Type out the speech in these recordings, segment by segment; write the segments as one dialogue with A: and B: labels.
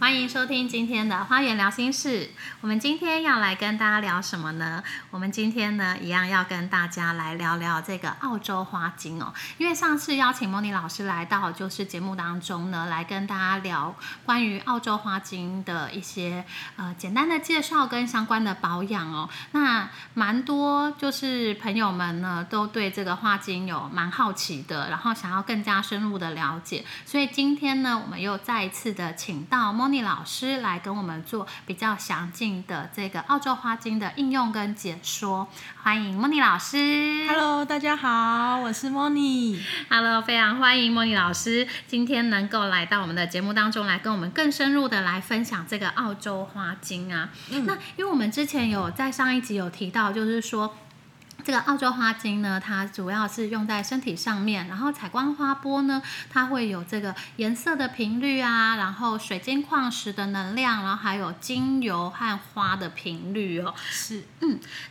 A: 欢迎收听今天的《花园聊心事》。我们今天要来跟大家聊什么呢？我们今天呢，一样要跟大家来聊聊这个澳洲花精哦。因为上次邀请莫妮老师来到就是节目当中呢，来跟大家聊关于澳洲花精的一些呃简单的介绍跟相关的保养哦。那蛮多就是朋友们呢都对这个花精有蛮好奇的，然后想要更加深入的了解。所以今天呢，我们又再一次的请到莫妮老师来跟我们做比较详尽的这个澳洲花精的应用跟解说。欢迎莫妮老师。
B: Hello，大家好，我是 Moni。
A: Hello，非常欢迎莫妮老师今天能够来到我们的节目当中，来跟我们更深入的来分享这个澳洲花精啊。那因为我们之前有在上一集有提到，就是说。这个澳洲花精呢，它主要是用在身体上面，然后采光花波呢，它会有这个颜色的频率啊，然后水晶矿石的能量，然后还有精油和花的频率哦。
B: 是，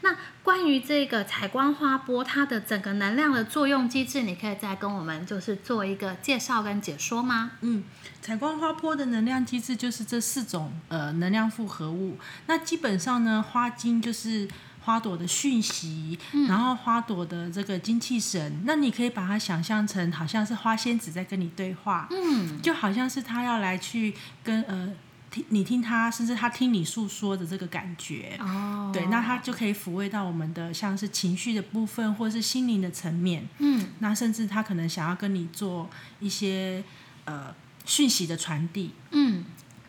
A: 那关于这个采光花波，它的整个能量的作用机制，你可以再跟我们就是做一个介绍跟解说吗？
B: 嗯，采光花波的能量机制就是这四种呃能量复合物。那基本上呢，花精就是花朵的讯息，
A: 嗯
B: 然后花朵的这个精气神。那你可以把它想象成好像是花仙子在跟你对话，
A: 嗯，
B: 就好像是她要来去跟呃听你听她，甚至她听你诉说的这个感觉。
A: 哦
B: 对，那它就可以抚慰到我们的像是情绪的部分，或是心灵的层面。
A: 嗯，
B: 那甚至他可能想要跟你做一些呃讯息的传递。
A: 嗯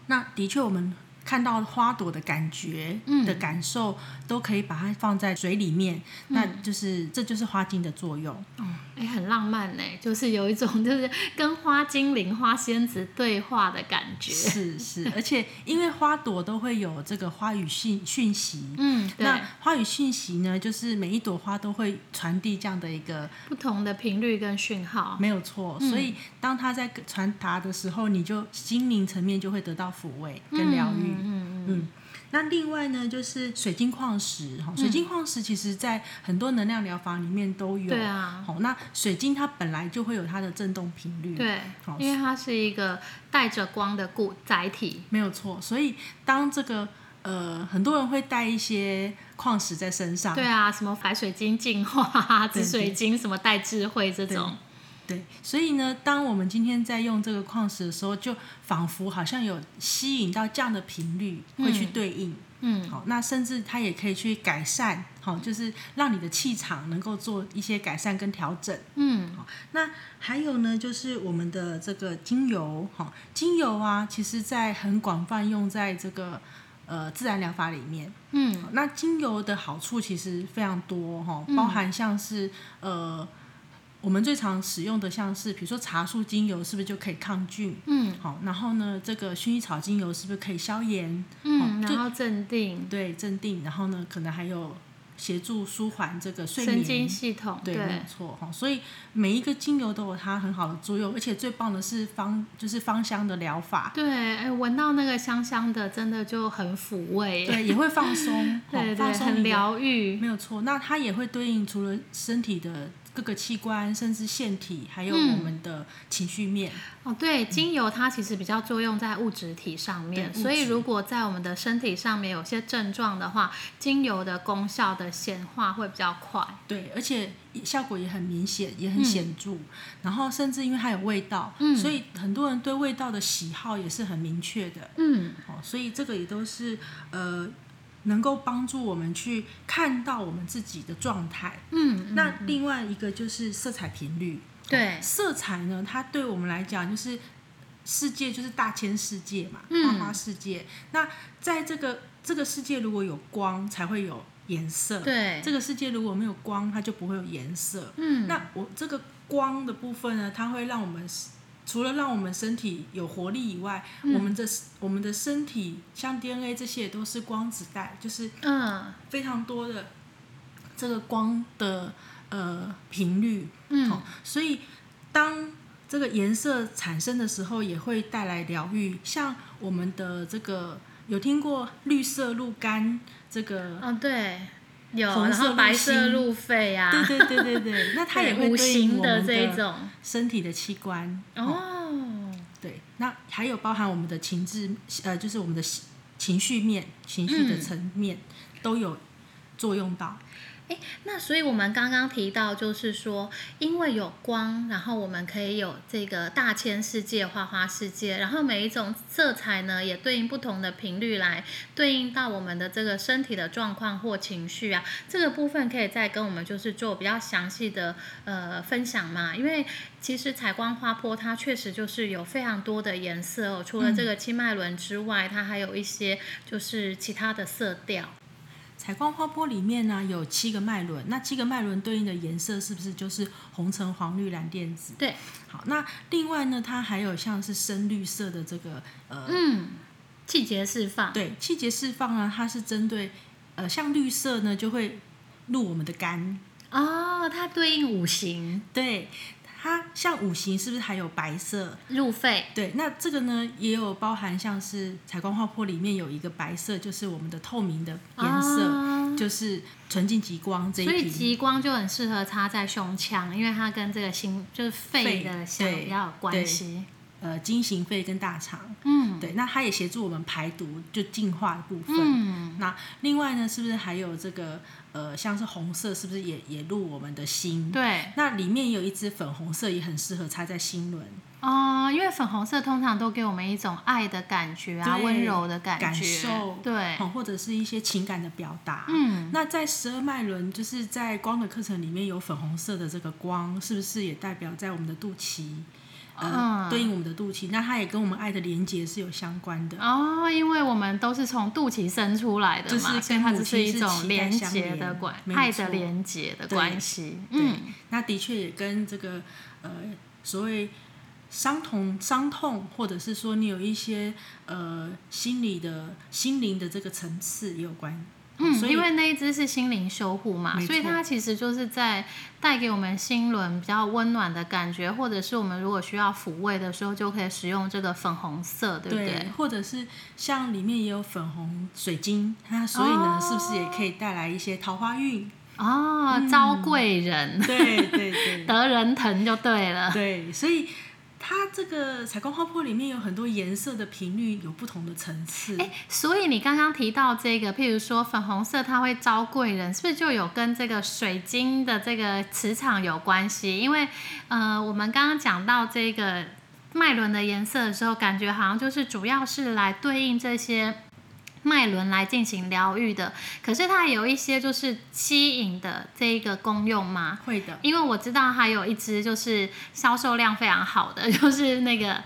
B: 那的确，我们看到花朵的感觉、
A: 嗯
B: 的感受，都可以把它放在水里面，那就是这就是花精的 作用。
A: 哦，哎、很浪漫呢，就是有一种就是跟花精灵、花仙子对话的感觉。
B: 是是，而且因为花朵都会有这个花语讯讯息。
A: 嗯，对，
B: 那花语讯息呢，就是每一朵花都会传递这样的一个
A: 不同的频率跟讯号。
B: 没有错，
A: 嗯
B: 所以当他在传达的时候，你就心灵层面就会得到抚慰跟疗愈。
A: 嗯嗯嗯，
B: 那另外呢，就是水晶矿石哈，水晶矿石其实在很多能量疗法里面都有。
A: 对啊，
B: 好，那水晶它本来就会有它的振动频率。。
A: 对，
B: 好
A: 因为它是一个带着光的固载体。
B: 没有错，所以当这个呃，很多人会带一些矿石在身上，
A: 对啊，什么白水晶净化、紫
B: 对
A: 水晶什么带智慧这种。
B: 对，所以呢，当我们今天在用这个矿石的时候，就仿佛好像有吸引到这样的频率会去对应。
A: 嗯，
B: 好，那甚至它也可以去改善，好，就是让你的气场能够做一些改善跟调整。
A: 嗯，
B: 那还有呢，就是我们的这个精油，哈，精油啊，其实在很广泛用在这个呃自然疗法里面。
A: 嗯，
B: 那精油的好处其实非常多，哈，包含像是、呃。我们最常使用的像是，比如说茶树精油是不是就可以抗菌？
A: 嗯，
B: 好，然后呢，这个薰衣草精油是不是可以消炎？
A: 嗯，
B: 哦就
A: 然后镇定
B: 对，镇定，然后呢，可能还有协助舒缓这个睡
A: 神经
B: 眠。
A: 系统，
B: 对，嗯没有错哈。所以每一个精油都有它很好的作用，而且最棒的是芳，就是芳香的疗法，
A: 对，哎，闻到那个香香的，真的就很抚慰，
B: 对，也会 放松，哈
A: 对对，
B: 放松嗯
A: 很
B: 你的，
A: 疗愈，
B: 没有错。那它也会对应除了身体的各个器官，甚至腺体，还有我
A: 嗯
B: 们的情绪面。
A: 哦，对，精油它其实比较作用在物质体上面，
B: 对
A: 所以
B: 物质
A: 如果在我们的身体上面有些症状的话，精油的功效的显化会比较快。
B: 对，而且效果也很明显，也
A: 嗯
B: 很显著。然后甚至因为它有味道，所以很多人对味道的喜好也是很明确的。
A: 嗯
B: 哦，所以这个也都是呃，能够帮助我们去看到我们自己的状态。
A: 嗯，
B: 那另外一个就是色彩频率，
A: 对，
B: 色彩呢，它对我们来讲就是世界就是大千世界嘛，
A: 嗯
B: 花花世界。那在这个这个世界，如果有光，才会有颜色。
A: 对，
B: 这个世界如果没有光，它就不会有颜色。
A: 嗯，
B: 那我这个光的部分呢，它会让我们 s- 除了让我们身体有活力以外，我们的 s- 我们的身体像 DNA 这些也都是光子带，就是
A: 嗯
B: 非常多的这个光的呃频率，
A: 嗯
B: 哦，所以当这个颜色产生的时候，也会带来疗愈。像我们的这个有听过绿色鹿肝这个，
A: 嗯，对，有，
B: 红
A: 然
B: 色
A: 后白
B: 入
A: 色
B: 侵
A: 路费呀、啊，
B: 对对对对对，那它也会
A: 无
B: 对应
A: 形
B: 我
A: 的
B: 们
A: 这一
B: 的
A: 种，
B: 身体的器官。
A: 哦，
B: 对，那还有包含我们的情志，呃，就是我们的情情绪面、情绪的
A: 嗯
B: 层面、都有作用到。
A: 诶，那所以我们刚刚提到，就是说，因为有光，然后我们可以有这个大千世界、花花世界，然后每一种色彩呢，也对应不同的频率来对应到我们的这个身体的状况或情绪啊。这个部分可以再跟我们就是做比较详细的呃分享嘛，因为其实采光花坡它确实就是有非常多的颜色、哦，除了这个青脉轮之外，它还有一些就是其他的色调。
B: 采光花波里面呢有七个脉轮，那七个脉轮对应的颜色是不是就是红橙黄绿蓝靛紫？
A: 对，
B: 好，那另外呢，它还有像是深绿色的这个呃，
A: 嗯，气节释放。
B: 对气节释放呢，它是针对呃，像绿色呢就会入我们的肝，
A: 哦，它对应五行
B: 对它像五行是不是还有白色？
A: 入肺，
B: 对，那这个呢也有包含像是采光花波里面有一个白色，就是我们的透明的颜色，
A: 啊
B: 就是纯净极光这一
A: 所以
B: 瓶。
A: 极光就很适合插在胸腔，因为它跟这个心就是肺
B: 肺
A: 的想
B: 对
A: 比较有关
B: 对
A: 系。
B: 呃经行肺跟大肠，
A: 嗯
B: 对，那它也协助我们排毒，就净化的部分。
A: 嗯，
B: 那另外呢，是不是还有这个呃，像是红色，是不是也也入我们的心？
A: 对
B: 那里面有一支粉红色，也很适合插在心轮，
A: 哦，因为粉红色通常都给我们一种爱的感觉啊，
B: 对
A: 温柔的感觉，
B: 感受
A: 对，
B: 哦，或者是一些情感的表达。
A: 哎嗯
B: 那在十二脉轮，就是在光的课程里面有粉红色的这个光，是不是也代表在我们的肚脐？呃，
A: 嗯
B: 对应我们的肚脐，那它也跟我们爱的连接是有相关的。
A: 哦，因为我们都是从肚脐生出来的
B: 就
A: 嘛，
B: 是
A: 所以
B: 跟
A: 它
B: 母
A: 只
B: 亲
A: 一
B: 是脐
A: 种
B: 带
A: 连
B: 相
A: 接的
B: 连
A: 关，
B: 没有
A: 爱的
B: 错
A: 连接的
B: 对
A: 关系，
B: 对
A: 嗯。
B: 那的确也跟这个呃所谓伤痛、伤痛，或者是说你有一些呃心理的、心灵的这个层次也有关。
A: 嗯，
B: 所以
A: 因为那一只是心灵修护嘛，
B: 没
A: 所以
B: 错
A: 它其实就是在带给我们心轮比较温暖的感觉，或者是我们如果需要抚慰的时候，就可以使用这个粉红色，对不对？
B: 或者是像里面也有粉红水晶，那所以呢，
A: 哦
B: 是不是也可以带来一些桃花 运？
A: 哦，
B: 嗯
A: 招贵人，
B: 对对对
A: 得人疼就对了。
B: 对，所以它这个采光花圃里面有很多颜色的频率，有不同的层次。
A: 哎，所以你刚刚提到这个，譬如说粉红色，它会招贵人，是不是就有跟这个水晶的这个磁场有关系？因为，呃，我们刚刚讲到这个脉轮的颜色的时候，感觉好像就是主要是来对应这些。脉轮来进行疗愈的，可是它有一些就是吸引的这一个功用嘛，
B: 会的，
A: 因为我知道还有一支就是销售量非常好的，就是那个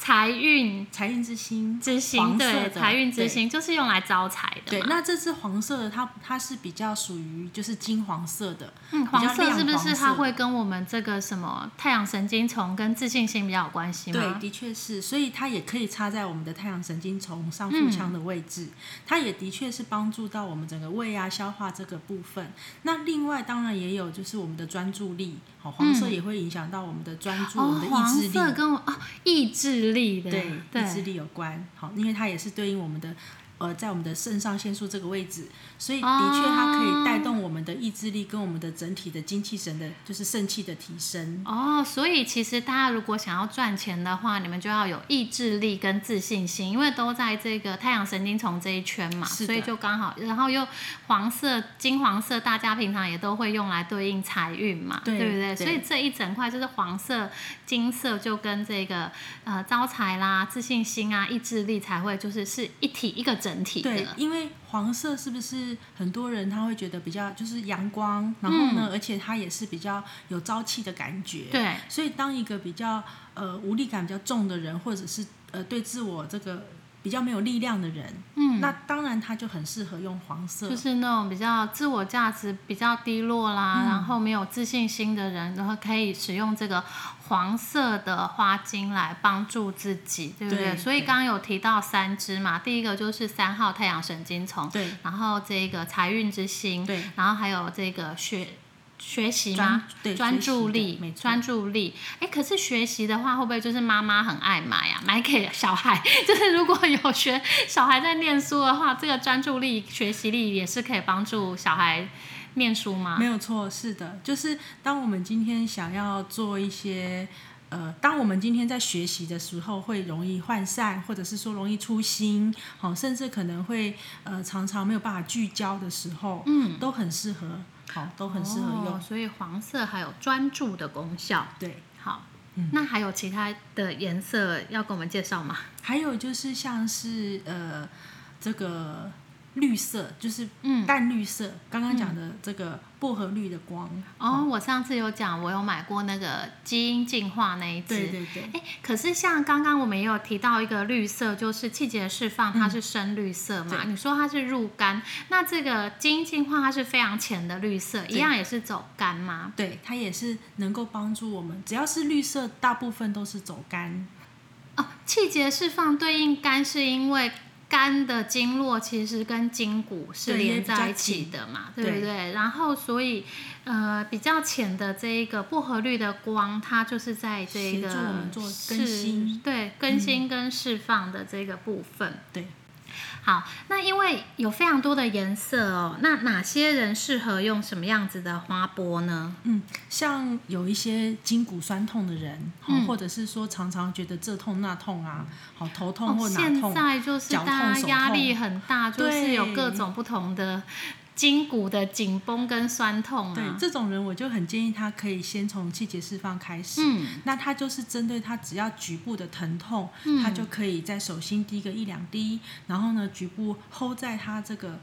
A: 财运
B: 财运之星，
A: 之星，
B: 黄色
A: 对，
B: 的
A: 财运之
B: 对
A: 星就是用来招财的
B: 对，
A: 嘛。
B: 那这支黄色的它它是比较属于就是金黄色的，
A: 嗯，
B: 比较
A: 黄色
B: 亮
A: 是不
B: 黄
A: 是
B: 色
A: 它会跟我们这个什么太阳神经丛跟自信心比较有关系
B: 对，
A: 吗？
B: 的确是，所以它也可以插在我们的太阳神经丛上
A: 嗯
B: 腹腔的位置，它也的确是帮助到我们整个胃啊消化这个部分。那另外当然也有就是我们的专注力，好，黄色也会影响到我们的专注，我
A: 嗯哦
B: 们的，
A: 黄
B: 意志
A: 色
B: 力，
A: 跟我哦意志力的，
B: 对，
A: 对
B: 意志力有关，好，因为它也是对应我们的。呃，在我们的肾上腺素这个位置，所以的确它可以
A: 哦
B: 带动我们的意志力跟我们的整体的精气神的，就是肾气的提升。
A: 哦，所以其实大家如果想要赚钱的话，你们就要有意志力跟自信心，因为都在这个太阳神经丛这一圈嘛，
B: 是的
A: 所以就刚好，然后又黄色、金黄色，大家平常也都会用来对应财运嘛，
B: 对
A: 不对？
B: 对
A: 所以这一整块就是黄色、金色，就跟这个呃招财啦、自信心啊、意志力才会就是是一体一个整体
B: 对
A: 的，。
B: 因为黄色是不是很多人他会觉得比较就是阳光，然后呢，而且它也是比较有朝气的感觉。，
A: 嗯对，
B: 所以当一个比较呃无力感比较重的人，或者是呃对自我这个比较没有力量的人，
A: 嗯，
B: 那当然他就很适合用黄色。
A: 就是那种比较自我价值比较低落啦，
B: 嗯
A: 然后没有自信心的人，然后可以使用这个黄色的花精来帮助自己，对不对？
B: 对
A: 所以
B: 对
A: 刚刚有提到三支嘛，第一个就是三号太阳神经丛，
B: 对
A: 然后这个财运之星，
B: 对
A: 然后还有这个血。学习
B: 专
A: 吗？
B: 对
A: 专
B: 嗯学习
A: 注
B: 的
A: 力
B: 没，错
A: 专注力。哎，可是学习的话，会不会就是妈妈很爱买啊？ 买给小孩，就是如果有学小孩在念书的话，这个专注力、学习力也是可以帮助小孩念书吗
B: 没？有错，是的，就是当我们今天想要做一些。呃，当我们今天在学习的时候，会容易涣散，或者是说容易粗心，好、甚至可能会呃常常没有办法聚焦的时候，嗯，都很适合，好、都很适合用。
A: 哦所以黄色还有专注的功效。
B: 对，
A: 好，
B: 嗯
A: 那还有其他的颜色要跟我们介绍吗？
B: 还有就是像是呃这个绿色，就是
A: 嗯
B: 淡绿色，刚刚讲的这个薄荷绿的光，
A: 哦，我上次有讲，我有买过那个基因进化那一支。
B: 对对对，
A: 哎，可是像刚刚我们也有提到一个绿色，就是气节释放，它是深绿色嘛？你说它是入肝，那这个基因进化它是非常浅的绿色，一样也是走肝吗？
B: 对，它也是能够帮助我们，只要是绿色，大部分都是走肝。
A: 哦，气节释放对应肝，是因为肝的经络其实跟筋骨是
B: 对也
A: 连
B: 比较
A: 在一起的嘛，对
B: 紧
A: 不
B: 对
A: 对？然后所以呃比较浅的这一个薄荷绿的光，它就是在这
B: 协
A: 个
B: 助我们做
A: 释
B: 更新嗯
A: 对更新跟释放的这个部分。
B: 对，
A: 好，那因为有非常多的颜色哦，那哪些人适合用什么样子的花波呢？
B: 嗯，像有一些筋骨酸痛的人，好
A: 嗯
B: 或者是说常常觉得这痛那痛啊，好头
A: 哦
B: 痛或，哪
A: 现
B: 痛，
A: 在就是
B: 脚
A: 大家
B: 痛手
A: 压
B: 痛
A: 力很大，就是
B: 对
A: 有各种不同的筋骨的紧绷跟酸痛
B: 对
A: 啊。
B: 这种人，我就很建议他可以先从气节释放开始。
A: 嗯，
B: 那它就是针对它只要局部的疼痛，它就可以在手心滴个一两滴，然后呢局部 hold 在它这个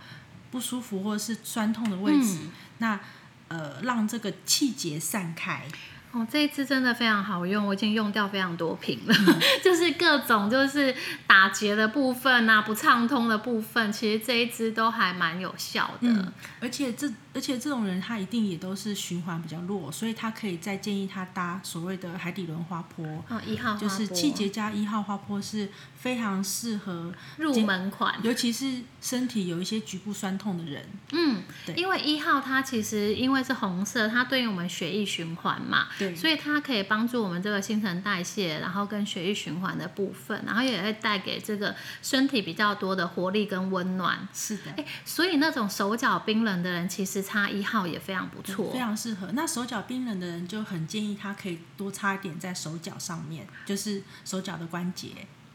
B: 不舒服或者是酸痛的位置，
A: 嗯
B: 那呃让这个气节散开。
A: 哦，这一支真的非常好用，我已经用掉非常多瓶了，
B: 嗯
A: 就是各种就是打结的部分啊，不畅通的部分，其实这一支都还蛮有效的。
B: 嗯，而且这而且这种人他一定也都是循环比较弱，所以他可以再建议他搭所谓的海底轮花坡。
A: 哦，一号
B: 就
A: 花
B: 是
A: 波
B: 气节加一号花坡是非常适 合，
A: 入门款。
B: 尤其是身体有一些局部酸痛的人，
A: 嗯，
B: 对
A: 因为一号它其实因为是红色，它对应我们血液循环嘛，
B: 对
A: 所以它可以帮助我们这个新陈代谢，然后跟血液循环的部分，然后也会带给这个身体比较多的活力跟温暖。
B: 是的。
A: 哎，所以那种手脚冰冷的人，其实擦一号也非常不错
B: 非。常适合。那手脚冰冷的人就很建议他可以多擦一点在手脚上面，就是手脚的关节。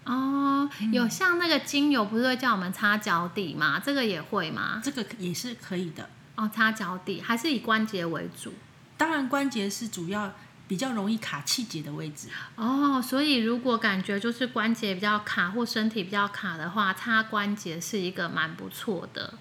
A: 哦，有像那个精油不是会叫我们擦脚底吗？这个也会吗？
B: 这个也是可以的。
A: 哦，擦脚底还是以关节为主。
B: 当然，关节是主要比较容易卡气节的位置，
A: 哦，所以如果感觉就是关节比较卡或身体比较卡的话，擦关节是一个蛮不错的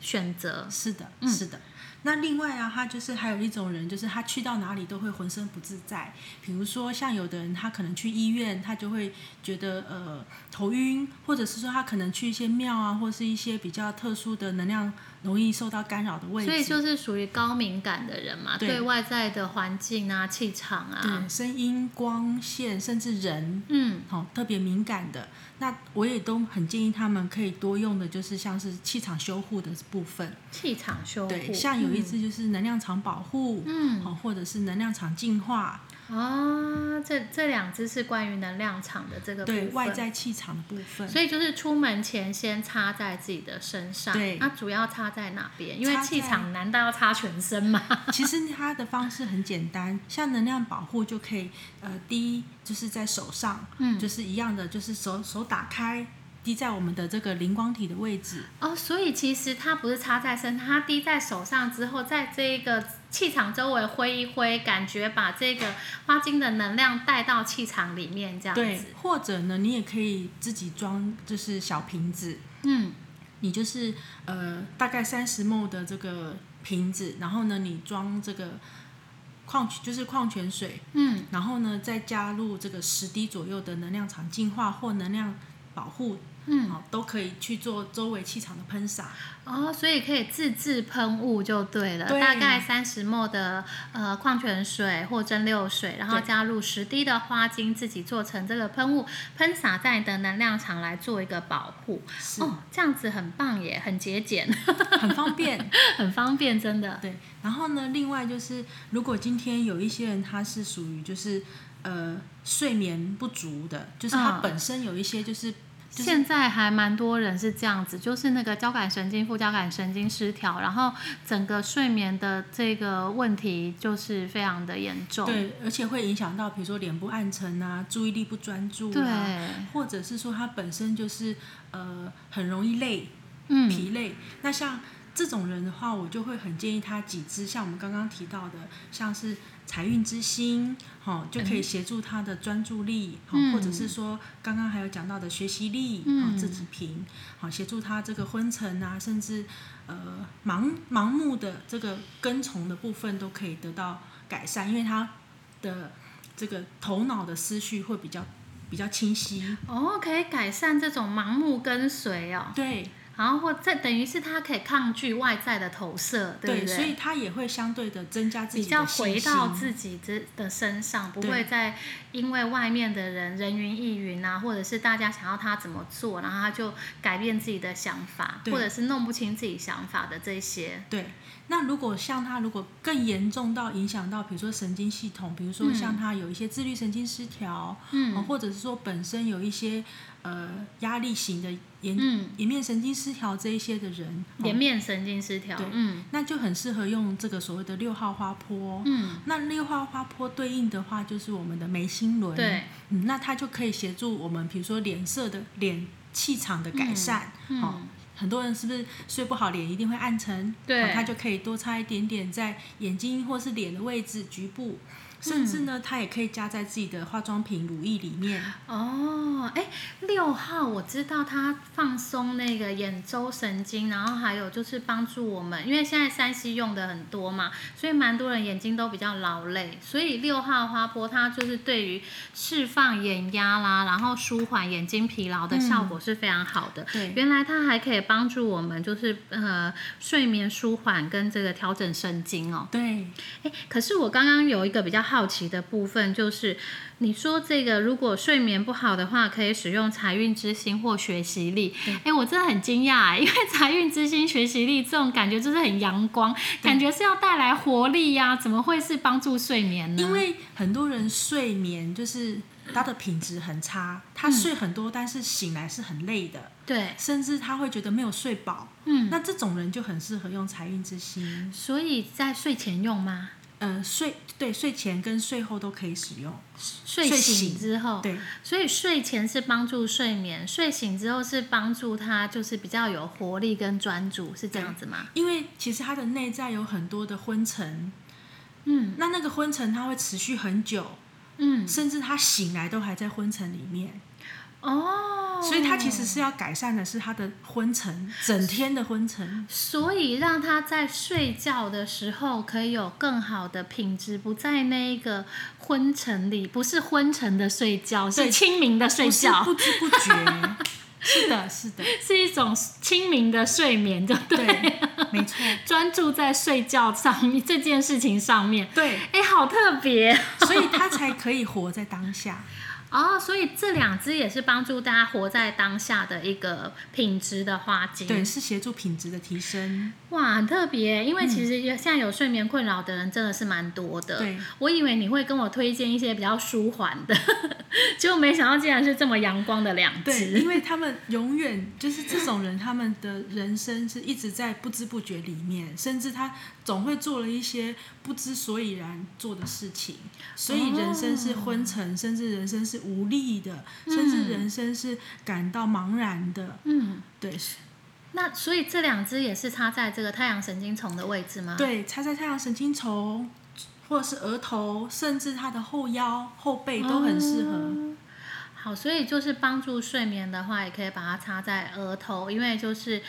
A: 选择。
B: 是的，
A: 嗯
B: 是的。那另外啊，他就是还有一种人，就是他去到哪里都会浑身不自在。比如说，像有的人他可能去医院，他就会觉得呃头晕，或者是说他可能去一些庙啊，或是一些比较特殊的能量容易受到干扰的位置。
A: 所以就是属于高敏感的人嘛，
B: 对
A: 对外在的环境啊、气场啊，
B: 对，声音、光线，甚至人，
A: 嗯，
B: 好、特别敏感的，那我也都很建议他们可以多用的，就是像是气场修护的部分。
A: 气场修护。
B: 对，像有一支就是能量场保护，
A: 嗯，
B: 好、或者是能量场净化，
A: 哦，这这两只是关于能量场的这个部
B: 对
A: 分。
B: 外在气场的部分。
A: 所以就是出门前先擦在自己的身上，
B: 对
A: 那主要擦在哪边？因为
B: 擦
A: 气
B: 在
A: 场难道要擦全身 吗？
B: 其实它的方式很简单，像能量保护就可以，呃，第一就是在手上，
A: 嗯
B: 就是一样的，就是手手打开，滴在我们的这个灵光体的位置，
A: 哦，所以其实它不是擦在身上，它滴在手上之后，在这个气场周围挥一挥，感觉把这个花精的能量带到气场里面，这样
B: 对
A: 子。，
B: 或者呢，你也可以自己装，就是小瓶子，
A: 嗯，
B: 你就是呃大概三十 ml 的这个瓶子，然后呢你装这个矿泉就是矿泉水，
A: 嗯，
B: 然后呢再加入这个十滴左右的能量场净化或能量保护，嗯，好，都可以去做周围气场的喷洒。
A: 哦，所以可以自制喷雾就对了，
B: 对
A: 大概三十沫的呃矿泉水或蒸馏水，然后
B: 对
A: 加入十滴的花精，自己做成这个喷雾，喷洒在你的能量场来做一个保护。
B: 是
A: 哦，这样子很棒耶，很节俭，
B: 很方便。
A: 很方便，真的。
B: 对，然后呢，另外就是，如果今天有一些人他是属于就是呃睡眠不足的，就是他
A: 嗯
B: 本身有一些就是、就是
A: 现在还蛮多人是这样子，就是那个交感神经、副交感神经失调，然后整个睡眠的这个问题就是非常的严重。
B: 对，而且会影响到比如说脸部暗沉啊，注意力不专注
A: 对，
B: 啊，或者是说他本身就是呃很容易累、
A: 嗯，
B: 疲累。那像这种人的话，我就会很建议他几支，像我们刚刚提到的，像是财运之星，好、就可以协助他的专注力，好、
A: 嗯
B: 或者是说刚刚还有讲到的学习力，好、
A: 嗯
B: 自己平，好、协助他这个昏沉啊，甚至呃盲盲目的这个跟从的部分都可以得到改善，因为他的这个头脑的思绪会比较比较清晰，
A: 哦，可以改善这种盲目跟随哦，
B: 对，
A: 然后或这等于是它可以抗拒外在的投射，不对？
B: 所以他也会相对的增加自己
A: 比
B: 的
A: 较
B: 信
A: 回到
B: 心
A: 自己之的身上，不
B: 对
A: 会再因为外面的人人云亦云啊，或者是大家想要他怎么做，然后他就改变自己的想法，
B: 对
A: 或者是弄不清自己想法的这些。
B: 对，那如果像他如果更严重到影响到，比如说神经系统，比如说像他有一些自律神经失调，
A: 嗯
B: 呃或者是说本身有一些呃压力型的颜
A: 嗯，
B: 颜面神经失调这一些的人，哦
A: 颜面神经失调
B: 对。
A: 嗯
B: 那就很适合用这个所谓的六号花坡。
A: 嗯，
B: 那六号花坡对应的话就是我们的眉心轮，
A: 对，
B: 嗯，那它就可以协助我们，比如说脸色的脸气场的改善，
A: 嗯
B: 哦很多人是不是睡不好，脸一定会暗沉？
A: 对
B: 哦它就可以多擦一点点在眼睛或是脸的位置、局部，甚至呢，它也可以加在自己的化妆品、乳液里面。
A: 哦，哎，六号我知道它放松那个眼周神经，然后还有就是帮助我们，因为现在山西用的很多嘛，所以蛮多人眼睛都比较劳累，所以六号花波它就是对于释放眼压啦，然后舒缓眼睛疲劳的效果是非常好的。
B: 对
A: 原来它还可以帮助我们，就是呃睡眠舒缓跟这个调整神经哦。
B: 对，
A: 诶 可是我刚刚有一个比较好奇的部分，就是你说这个如果睡眠不好的话，可以使用财运之星或学习力。哎，我真的很惊讶， 因为财运之星、学习力这种感觉就是很阳光，感觉是要带来活力呀、怎么会是帮助睡眠呢？
B: 因为很多人睡眠就是他的品质很差，他睡很多，但是醒来是很累的，
A: 对，
B: 甚至他会觉得没有睡饱。
A: 嗯，
B: 那这种人就很适合用财运之星，
A: 所以在睡前用吗？
B: 呃，睡对睡前跟睡后都可以使用。
A: 睡
B: 睡
A: 醒
B: 醒
A: 之后，
B: 对
A: 所以睡前是帮助睡眠，睡醒之后是帮助他就是比较有活力跟专注，是这样子吗？
B: 因为其实它的内在有很多的昏沉，
A: 嗯
B: 那那个昏沉它会持续很久，
A: 嗯，
B: 甚至他醒来都还在昏沉里面，
A: 哦，
B: 所以他其实是要改善的是他的昏沉，整天的昏沉。
A: 所以让他在睡觉的时候可以有更好的品质，不在那一个昏沉里，不是昏沉的睡觉，是
B: 对
A: 清明的 睡觉，
B: 不是不知不觉。是的，是的，
A: 是一种清明的睡眠，对 不对？
B: 对，没错，
A: 专注在睡觉上面这件事情上面，
B: 对，
A: 哎，好特别
B: 所以他才可以活在当下。
A: 哦！所以这两支也是帮助大家活在当下的一个品质的花精，
B: 对，是协助品质的提升。
A: 哇，很特别，因为其实有现在有睡眠困扰的人真的是蛮多的。
B: 对，
A: 我以为你会跟我推荐一些比较舒缓的， 结果没想到竟然是这么阳光的两
B: 对，
A: 支。
B: 因为他们永远就是这种人，他们的人生是一直在不知不觉里面，甚至他总会做了一些不知所以然做的事情，所以人生是昏沉，甚至人生是无力的，甚至人生是感到茫然的。
A: 嗯，
B: 对，
A: 那所以这两支也是插在这个太阳神经丛的位置吗？，
B: 对，插在太阳神经丛，或者是额头，甚至他的后腰、后背都很适合。
A: 好，所以就是帮助睡眠的话，也可以把它插在额头，因为就是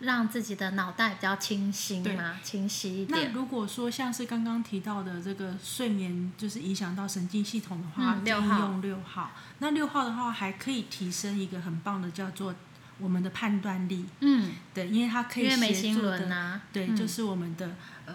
A: 让自己的脑袋比较清新嘛，清晰一
B: 那
A: 点。
B: 如果说像是刚刚提到的这个睡眠，就是影响到神经系统的话，
A: 嗯
B: 建议
A: 6号
B: 用六号。那六号的话还可以提升一个很棒的叫做我们的判断力，
A: 嗯，
B: 对，因为它可
A: 因
B: 以
A: 为眉
B: 协
A: 心
B: 助
A: 轮
B: 的，
A: 啊，
B: 对，
A: 嗯
B: 就是我们的呃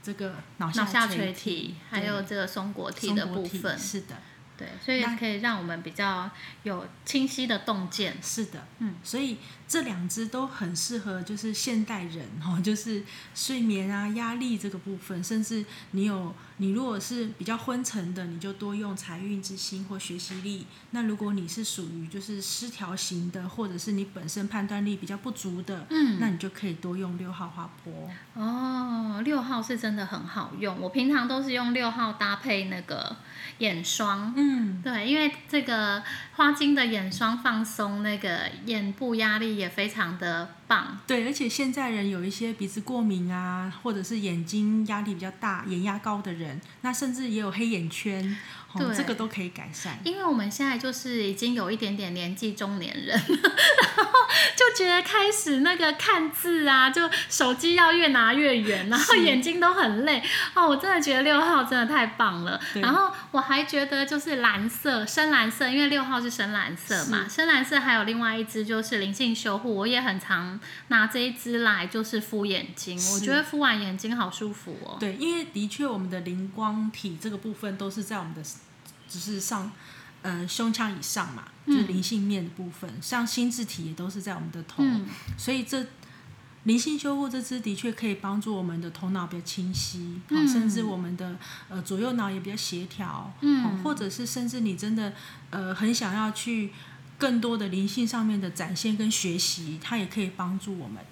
B: 这个脑
A: 脑下
B: 垂
A: 垂体，还
B: 对
A: 有这个松果体
B: 松
A: 的
B: 果
A: 部
B: 体
A: 分，
B: 是的，
A: 对，所以
B: 那
A: 可以让我们比较有清晰的洞见。
B: 是的，
A: 嗯，
B: 所以这两只都很适合，就是现代人 哦，就是睡眠啊、压力这个部分，甚至你有你如果是比较昏沉的，你就多用财运之星或学习力；那如果你是属于就是失调型的，或者是你本身判断力比较不足的，
A: 嗯
B: 那你就可以多用六号花波。
A: 哦，六号是真的很好用，我平常都是用六号搭配那个眼霜。
B: 嗯，
A: 对，因为这个花精的眼霜放松，那个眼部压力也非常的棒。
B: 对，而且现在人有一些鼻子过敏啊，或者是眼睛压力比较大、眼压高的人，那甚至也有黑眼圈，哦
A: 对，
B: 这个都可以改善。
A: 因为我们现在就是已经有一点点年纪中年人， 然后就觉得开始那个看字啊，就手机要越拿越远，然后眼睛都很累。哦，我真的觉得六号真的太棒了。
B: 对
A: 然后我还觉得就是蓝色，深蓝色，因为六号是深蓝色嘛，深蓝色还有另外一支就是灵性修护，我也很常拿这一支来就是敷眼睛，我
B: 是
A: 觉得敷完眼睛好舒服哦。
B: 对，因为的确我们的灵光体这个部分都是在我们的只是上呃胸腔以上嘛，
A: 嗯
B: 就是灵性面的部分，像心智体也都是在我们的头，
A: 嗯
B: 所以这灵性修护这支的确可以帮助我们的头脑比较清晰，哦
A: 嗯
B: 甚至我们的呃左右脑也比较协调，哦
A: 嗯
B: 或者是甚至你真的呃很想要去更多的灵性上面的展现跟学习，它也可以帮助我们。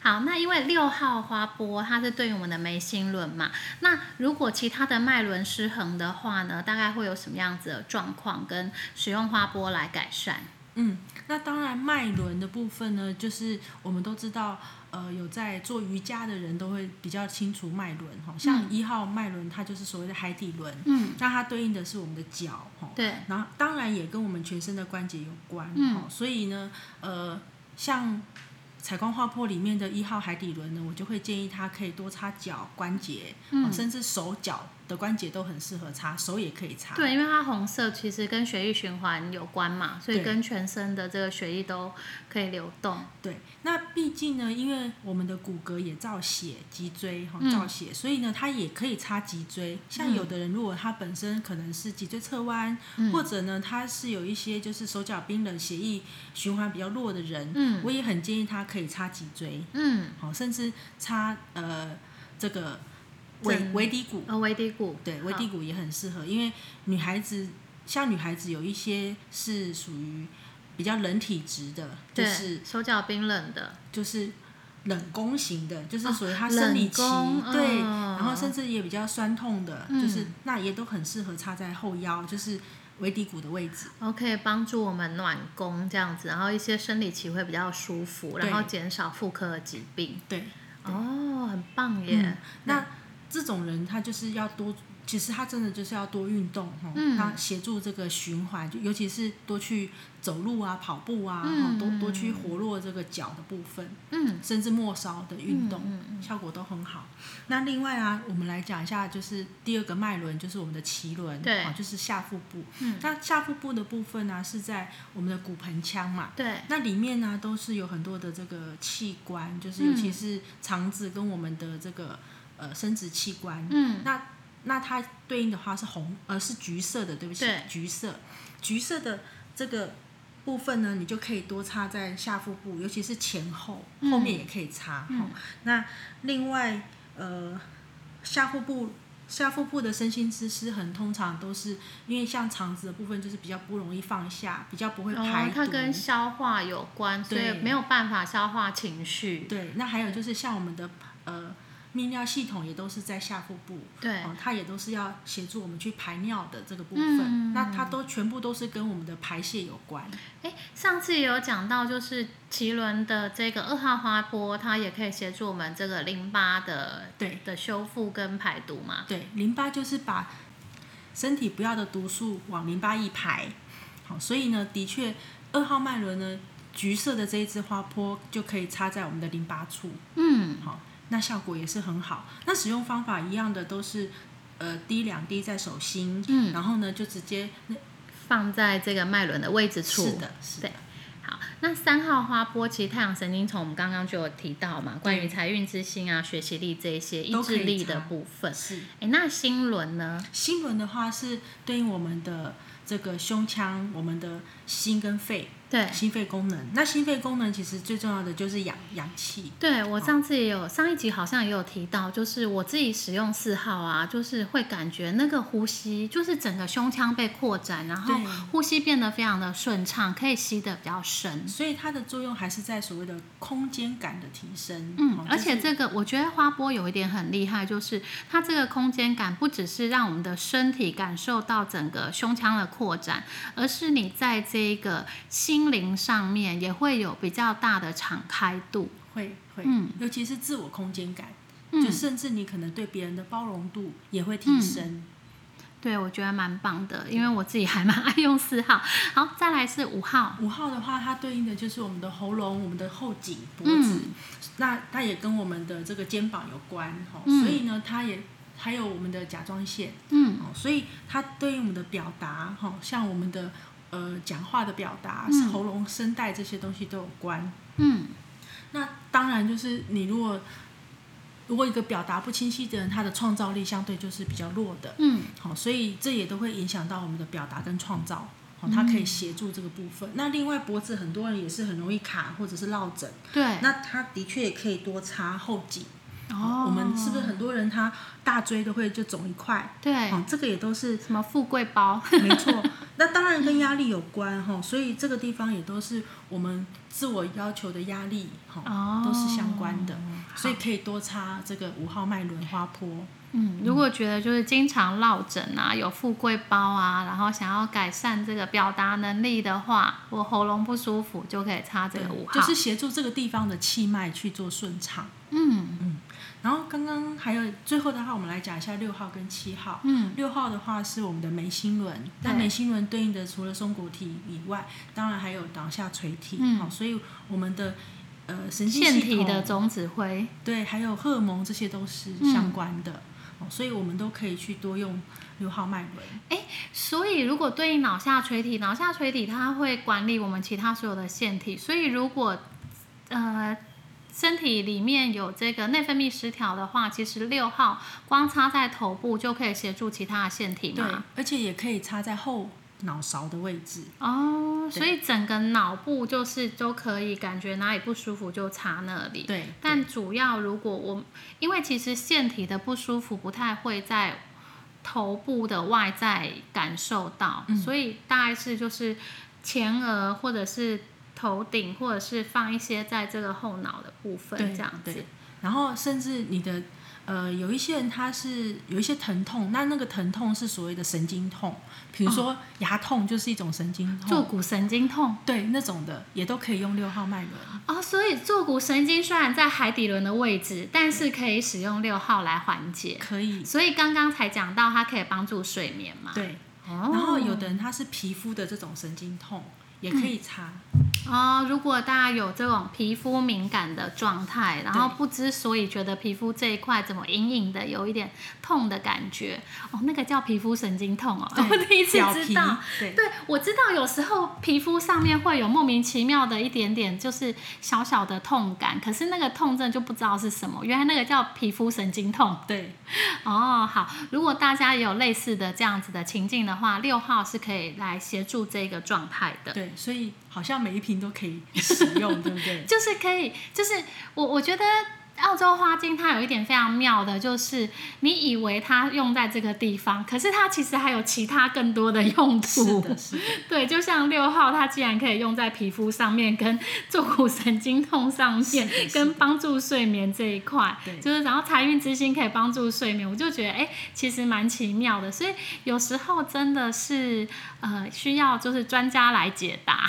A: 好，那因为六号花波它是对于我们的眉心轮嘛，那如果其他的脉轮失衡的话呢，大概会有什么样子的状况？跟使用花波来改善？
B: 嗯，那当然脉轮的部分呢，就是我们都知道，呃，有在做瑜伽的人都会比较清楚脉轮哈。像一号脉轮，它就是所谓的海底轮，
A: 嗯，
B: 那它对应的是我们的脚哈。
A: 对，
B: 然后当然也跟我们全身的关节有关，
A: 嗯
B: 哦，所以呢，呃，像采光画破里面的一号海底轮呢，我就会建议他可以多擦脚关节，哦
A: 嗯，
B: 甚至手脚的关节都很适合擦，手也可以擦，
A: 对，因为它红色其实跟血液循环有关嘛，所以
B: 对
A: 跟全身的这个血液都可以流动。
B: 对，那毕竟呢，因为我们的骨骼也造血，脊椎哈、
A: 嗯
B: 造血，所以呢，它也可以擦脊椎。像
A: 嗯
B: 有的人，如果他本身可能是脊椎侧弯，
A: 嗯
B: 或者呢，他是有一些就是手脚冰冷、血液循环比较弱的人，
A: 嗯
B: 我也很建议他可以擦脊椎，
A: 嗯，
B: 好、甚至擦呃这个尾
A: 整
B: 尾骶骨，
A: 呃，尾骶骨，
B: 对，
A: 好
B: 尾骶骨也很适合，因为女孩子像女孩子有一些是属于比较冷体质的，就
A: 对，
B: 是。
A: 手脚冰冷的，
B: 就是冷宫型的，就是属于
A: 哦
B: 它生理期、
A: 冷宫
B: 对，
A: 哦
B: 然后甚至也比较酸痛的，
A: 嗯
B: 就是那也都很适合插在后腰，就是尾骶骨的位置。
A: 然后可以帮助我们暖宫这样子，然后一些生理期会比较舒服，然
B: 对
A: 后减少妇科的疾病。
B: 对，嗯
A: 哦，很棒耶！
B: 那这种人他就是要多，其实他真的就是要多运动哈，
A: 嗯
B: 他协助这个循环，就尤其是多去走路啊、跑步啊，
A: 嗯
B: 齁多多去活络这个脚的部分，
A: 嗯，
B: 甚至末梢的运动。
A: 嗯嗯
B: 效果都很好。那另外啊，我们来讲一下，就是第二个脉轮，就是我们的脐轮，
A: 对
B: 啊，就是下腹部。
A: 嗯
B: 那下腹部的部分呢、是在我们的骨盆腔嘛
A: 嗯，。对，
B: 那里面呢、都是有很多的这个器官，就是
A: 嗯
B: 尤其是肠子跟我们的这个呃生殖器官。
A: 嗯
B: 那那它对应的话是红，呃是橘色的，对不起
A: 对，
B: 橘色，橘色的这个部分呢，你就可以多擦在下腹部，尤其是前后，
A: 嗯
B: 后面也可以擦。
A: 嗯
B: 哦那另外呃下腹部。下腹部的身心之失衡，通常都是因为像肠子的部分就是比较不容易放下，比较不会排
A: 哦，
B: 毒。
A: 它跟消化有关，所以
B: 对
A: 没有办法消化情绪。
B: 对，那还有就是像我们的呃泌尿系统也都是在下腹部，
A: 对，
B: 哦，它也都是要协助我们去排尿的这个部分，
A: 嗯
B: 那它都全部都是跟我们的排泄有关。
A: 哎，上次也有讲到，就是脐轮的这个二号花波，它也可以协助我们这个淋巴的
B: 对
A: 的修复跟排毒嘛。
B: 对，淋巴就是把身体不要的毒素往淋巴一排，好、所以呢，的确二号脉轮呢，橘色的这一支花坡就可以插在我们的淋巴处，
A: 嗯
B: 好、那效果也是很好。那使用方法一样的都是。呃，滴两滴在手心，
A: 嗯，
B: 然后呢，就直接
A: 放在这个脉轮的位置处。
B: 是的，是的
A: 对，好，那三号花波其实太阳神经丛我们刚刚就有提到嘛，关于财运之星啊、学习力这一些意
B: 都可
A: 志
B: 以
A: 力的
B: 查
A: 部分。
B: 是
A: 哎，那心轮呢？
B: 心轮的话是对应我们的这个胸腔、我们的心跟肺、
A: 对
B: 心肺功能。那心肺功能其实最重要的就是氧氧气，
A: 对，我上次也有、上一集好像也有提到，就是我自己使用四号啊，就是会感觉那个呼吸，就是整个胸腔被扩展，然后
B: 对
A: 呼吸变得非常的顺畅，可以吸得比较深。
B: 所以它的作用还是在所谓的空间感的提升。
A: 嗯
B: 哦，
A: 而
B: 就是
A: 且这个我觉得花波有一点很厉害，就是它这个空间感不只是让我们的身体感受到整个胸腔的扩展，而是你在这个心灵上面也会有比较大的敞开度。
B: 会会，
A: 嗯
B: 尤其是自我空间感，
A: 嗯
B: 就甚至你可能对别人的包容度也会提升。
A: 对，我觉得蛮棒的，因为我自己还蛮爱用四号。好，再来是五号，
B: 五、号的话，它对应的就是我们的喉咙、我们的后颈、脖子，
A: 嗯，
B: 那它也跟我们的这个肩膀有关哈、哦
A: 嗯
B: 所以呢，它也还有我们的甲状腺，
A: 嗯，
B: 哦，所以它对应我们的表达哈、哦像我们的呃讲话的表达、
A: 嗯
B: 喉咙、声带这些东西都有关。
A: 嗯，
B: 那当然就是你如果如果一个表达不清晰的人，他的创造力相对就是比较弱的。
A: 嗯，
B: 好，所以这也都会影响到我们的表达跟创造。好，它可以协助这个部分。那另外脖子，很多人也是很容易卡或者是落枕，
A: 对。
B: 那他的确也可以多擦后颈。
A: 哦，
B: 我们是不是很多人他大椎都会就肿一块？
A: 对？
B: 哦，这个也都是
A: 什么富贵包？
B: 没错。那当然跟压力有关哈，所以这个地方也都是我们自我要求的压力
A: 哦
B: 哈，都是相关的。所以
A: 好
B: 可以多擦这个五号脉轮花坡。
A: 嗯，如果觉得就是经常落枕啊，有富贵包啊，然后想要改善这个表达能力的话，我喉咙不舒服就可以擦这个五号。
B: 就是协助这个地方的气脉去做顺畅。
A: 嗯
B: 然后刚刚还有最后的话，我们来讲一下六号跟七号。
A: 嗯
B: 六号的话是我们的眉心轮，那
A: 对
B: 眉心轮对应的除了松果体以外，当然还有导下垂体。
A: 嗯
B: 好、所以我们的呃神经
A: 腺
B: 系
A: 体
B: 统
A: 的总指挥。
B: 对，还有荷尔蒙这些都是
A: 嗯
B: 相关的。哦，所以我们都可以去多用六号脉轮。
A: 所以，如果对应脑下垂体，脑下垂体它会管理我们其他所有的腺体。所以，如果呃身体里面有这个内分泌失调的话，其实六号光插在头部就可以协助其他的腺体
B: 对
A: 嘛。，
B: 而且也可以插在后脑勺的位置。
A: 哦，
B: 对
A: 所以整个脑部就是都可以感觉哪里不舒服就插那里。
B: 对，
A: 但主要如果我，因为其实腺体的不舒服不太会在头部的外在感受到，
B: 嗯
A: 所以大概是就是前额或者是头顶，或者是放一些在这个后脑的部分
B: 对
A: 这样子
B: 对。然后甚至你的呃，有一些人他是有一些疼痛，那那个疼痛是所谓的神经痛，比如
A: 哦
B: 说牙痛就是一种神经
A: 坐
B: 痛，
A: 骨神经痛
B: 对那种的也都可以用六号脉轮。
A: 哦，所以坐骨神经虽然在海底轮的位置，但是可以使用六号来缓解。
B: 可以，
A: 所以刚刚才讲到，它可以帮助睡眠嘛？。
B: 对。
A: 哦、
B: 然后有的人他是皮肤的这种神经痛，也
A: 嗯
B: 可以擦。
A: 哦，如果大家有这种皮肤敏感的状态，然后
B: 对
A: 不知所以觉得皮肤这一块怎么隐隐的有一点痛的感觉，哦，那个叫皮肤神经痛哦，我
B: 对
A: 第一次
B: 表
A: 知
B: 皮
A: 道。
B: 对
A: 对，我知道有时候皮肤上面会有莫名其妙的一点点，就是小小的痛感，可是那个痛症就不知道是什么，原来那个叫皮肤神经痛。
B: 对，
A: 哦，好，如果大家也有类似的这样子的情境的话，六号是可以来协助这个状态的。
B: 对，所以好像每一瓶都可以使用，对不对？
A: 就是可以，就是我我觉得澳洲花精它有一点非常妙的，就是你以为它用在这个地方，可是它其实还有其他更多的用
B: 是
A: 途。
B: 的，是的，
A: 对，就像六号，它既然可以用在皮肤上面、跟坐骨神经痛上面
B: 是的是、的
A: 跟帮助睡眠这一块，
B: 对
A: 就是然后财运之星可以帮助睡眠，我就觉得哎、其实蛮奇妙的。所以有时候真的是呃，需要就是专家来解答。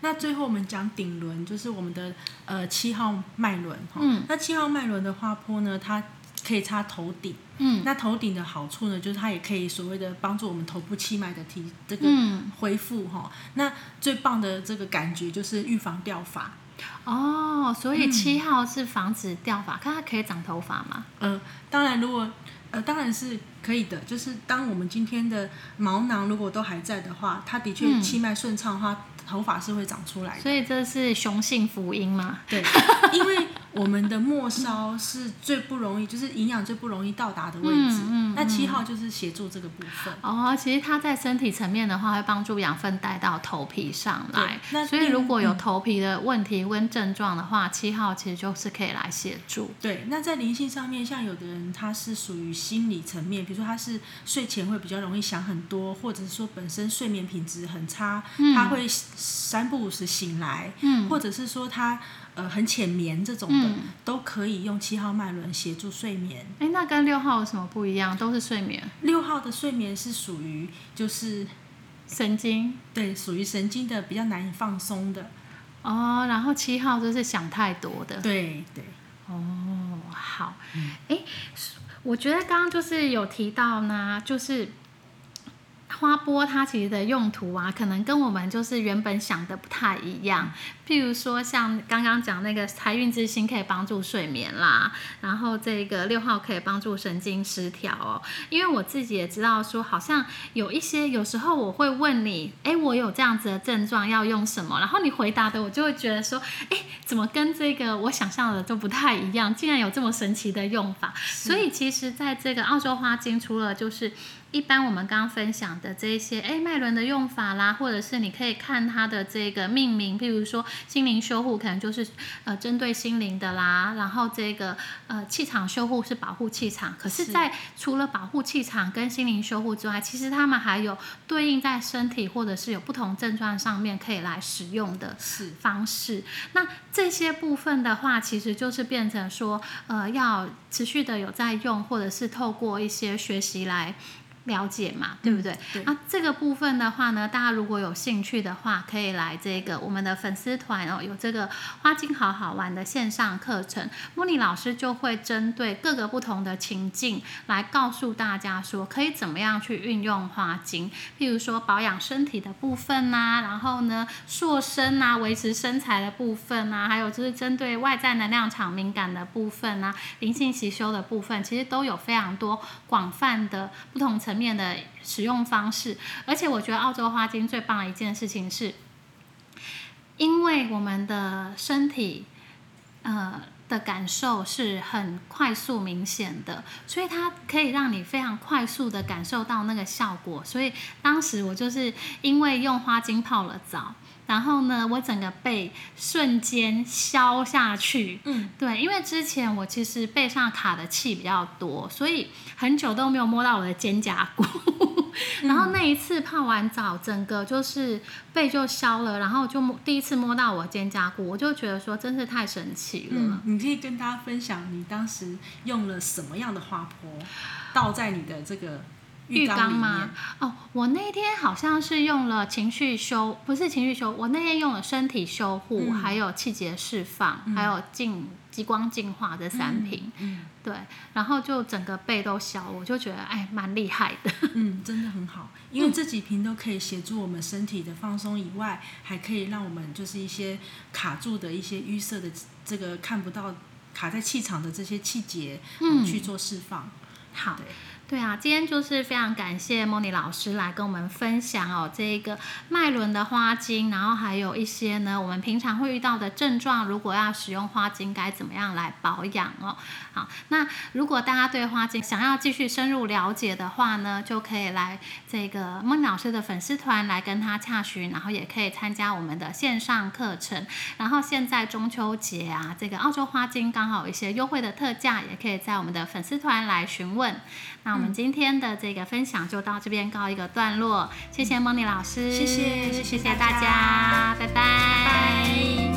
B: 那最后我们讲顶轮，就是我们的呃七号脉轮哈。
A: 嗯
B: 那七号脉轮的花坡呢，它可以插头顶。
A: 嗯
B: 那头顶的好处呢，就是它也可以所谓的帮助我们头部气脉的提这个
A: 嗯，
B: 恢复哈、那最棒的这个感觉就是预防掉发。
A: 嗯哦，所以七号是防止掉发，看它可以长头发吗？
B: 呃，当然如果呃，当然是可以的。就是当我们今天的毛囊如果都还在的话，它的确
A: 嗯
B: 气脉顺畅的话，头发是会长出来的。
A: 所以这是雄性福音嘛？
B: 对，因为我们的末梢是最不容易，就是营养最不容易到达的位置。
A: 嗯嗯
B: 那七号就是协助这个部分。
A: 哦，其实它在身体层面的话，会帮助养分带到头皮上来
B: 对。那嗯
A: 所以
B: 另
A: 如果有头皮的问题跟症状的话，七号其实就是可以来协助。
B: 对，那在灵性上面，像有的人他是属于心理层面，比如说他是睡前会比较容易想很多，或者是说本身睡眠品质很差，他会三不五时醒来，
A: 嗯
B: 或者是说他呃很浅眠这种的，都可以用七号脉轮协助睡眠。
A: 哎，那跟六号有什么不一样？都是睡眠、
B: 六号的睡眠是属于就是
A: 神经
B: 对属于神经的比较难以放松的，
A: 哦，然后七号就是想太多的。
B: 对对
A: 哦，好，哎、我觉得刚刚就是有提到呢，就是花波它其实的用途啊，可能跟我们就是原本想的不太一样。譬如说，像刚刚讲那个财运之星可以帮助睡眠啦，然后这个六号可以帮助神经失调哦。因为我自己也知道说，好像有一些有时候我会问你，哎，我有这样子的症状要用什么？然后你回答的我就会觉得说，哎，怎么跟这个我想象的都不太一样？竟然有这么神奇的用法。所以其实在这个澳洲花精，除了就是一般我们刚刚分享的这一些，哎，脉轮的用法啦，或者是你可以看它的这个命名，譬如说心灵修护，可能就是呃针对心灵的啦，然后这个呃气场修护是保护气场，可是，
B: 是
A: 在除了保护气场跟心灵修护之外，其实他们还有对应在身体或者是有不同症状上面可以来使用的
B: 是。
A: 方式。那这些部分的话，其实就是变成说，呃，要持续的有在用，或者是透过一些学习来。了解嘛，对不对？
B: 嗯对
A: 那这个部分的话呢，大家如果有兴趣的话，可以来这个我们的粉丝团哦，有这个花精好好玩的线上课程，莫妮老师就会针对各个不同的情境来告诉大家说，可以怎么样去运用花精，譬如说保养身体的部分呐、然后呢塑身呐、维持身材的部分啊呐、还有就是针对外在能量场敏感的部分啊呐、灵性习修的部分，其实都有非常多广泛的不同层面的使用方式。而且我觉得澳洲花精最棒的一件事情是，因为我们的身体，呃。的感受是很快速明显的，所以它可以让你非常快速的感受到那个效果。所以当时我就是因为用花精泡了澡，然后呢，我整个背瞬间消下去。
B: 嗯，
A: 对，因为之前我其实背上卡的气比较多，所以很久都没有摸到我的肩胛骨。
B: 嗯
A: 然后那一次泡完澡，整个就是背就消了，然后就摸第一次摸到我肩胛骨，我就觉得说真是太神奇了。
B: 嗯，你可以跟大家分享你当时用了什么样的花坡，倒在你的这个
A: 浴
B: 缸
A: 缸
B: 里
A: 吗
B: 面。？
A: 哦，我那天好像是用了情绪修，不是情绪修，我那天用了身体修护，
B: 嗯
A: 还有气节释放，还有净极光净化这三瓶，
B: 嗯
A: 对，然后就整个背都消，我就觉得哎，蛮厉害的。
B: 嗯，真的很好，因为这几瓶都可以协助我们身体的放松以外，还可以让我们就是一些卡住的一些淤塞的这个看不到卡在气场的这些气节，
A: 嗯
B: 去做释放。
A: 好，
B: 对，
A: 对啊，今天就是非常感谢莫妮老师来跟我们分享哦，这一个脉轮的花精，然后还有一些呢，我们平常会遇到的症状，如果要使用花精，该怎么样来保养哦。好，那如果大家对花精想要继续深入了解的话呢，就可以来这个孟老师的粉丝团来跟他洽询，然后也可以参加我们的线上课程。然后现在中秋节啊，这个澳洲花精刚好有一些优惠的特价，也可以在我们的粉丝团来询问。那我们今天的这个分享就到这边告一个嗯段落，谢谢 Money 老师，
B: 谢谢谢谢
A: 谢谢
B: 大
A: 大家，拜拜。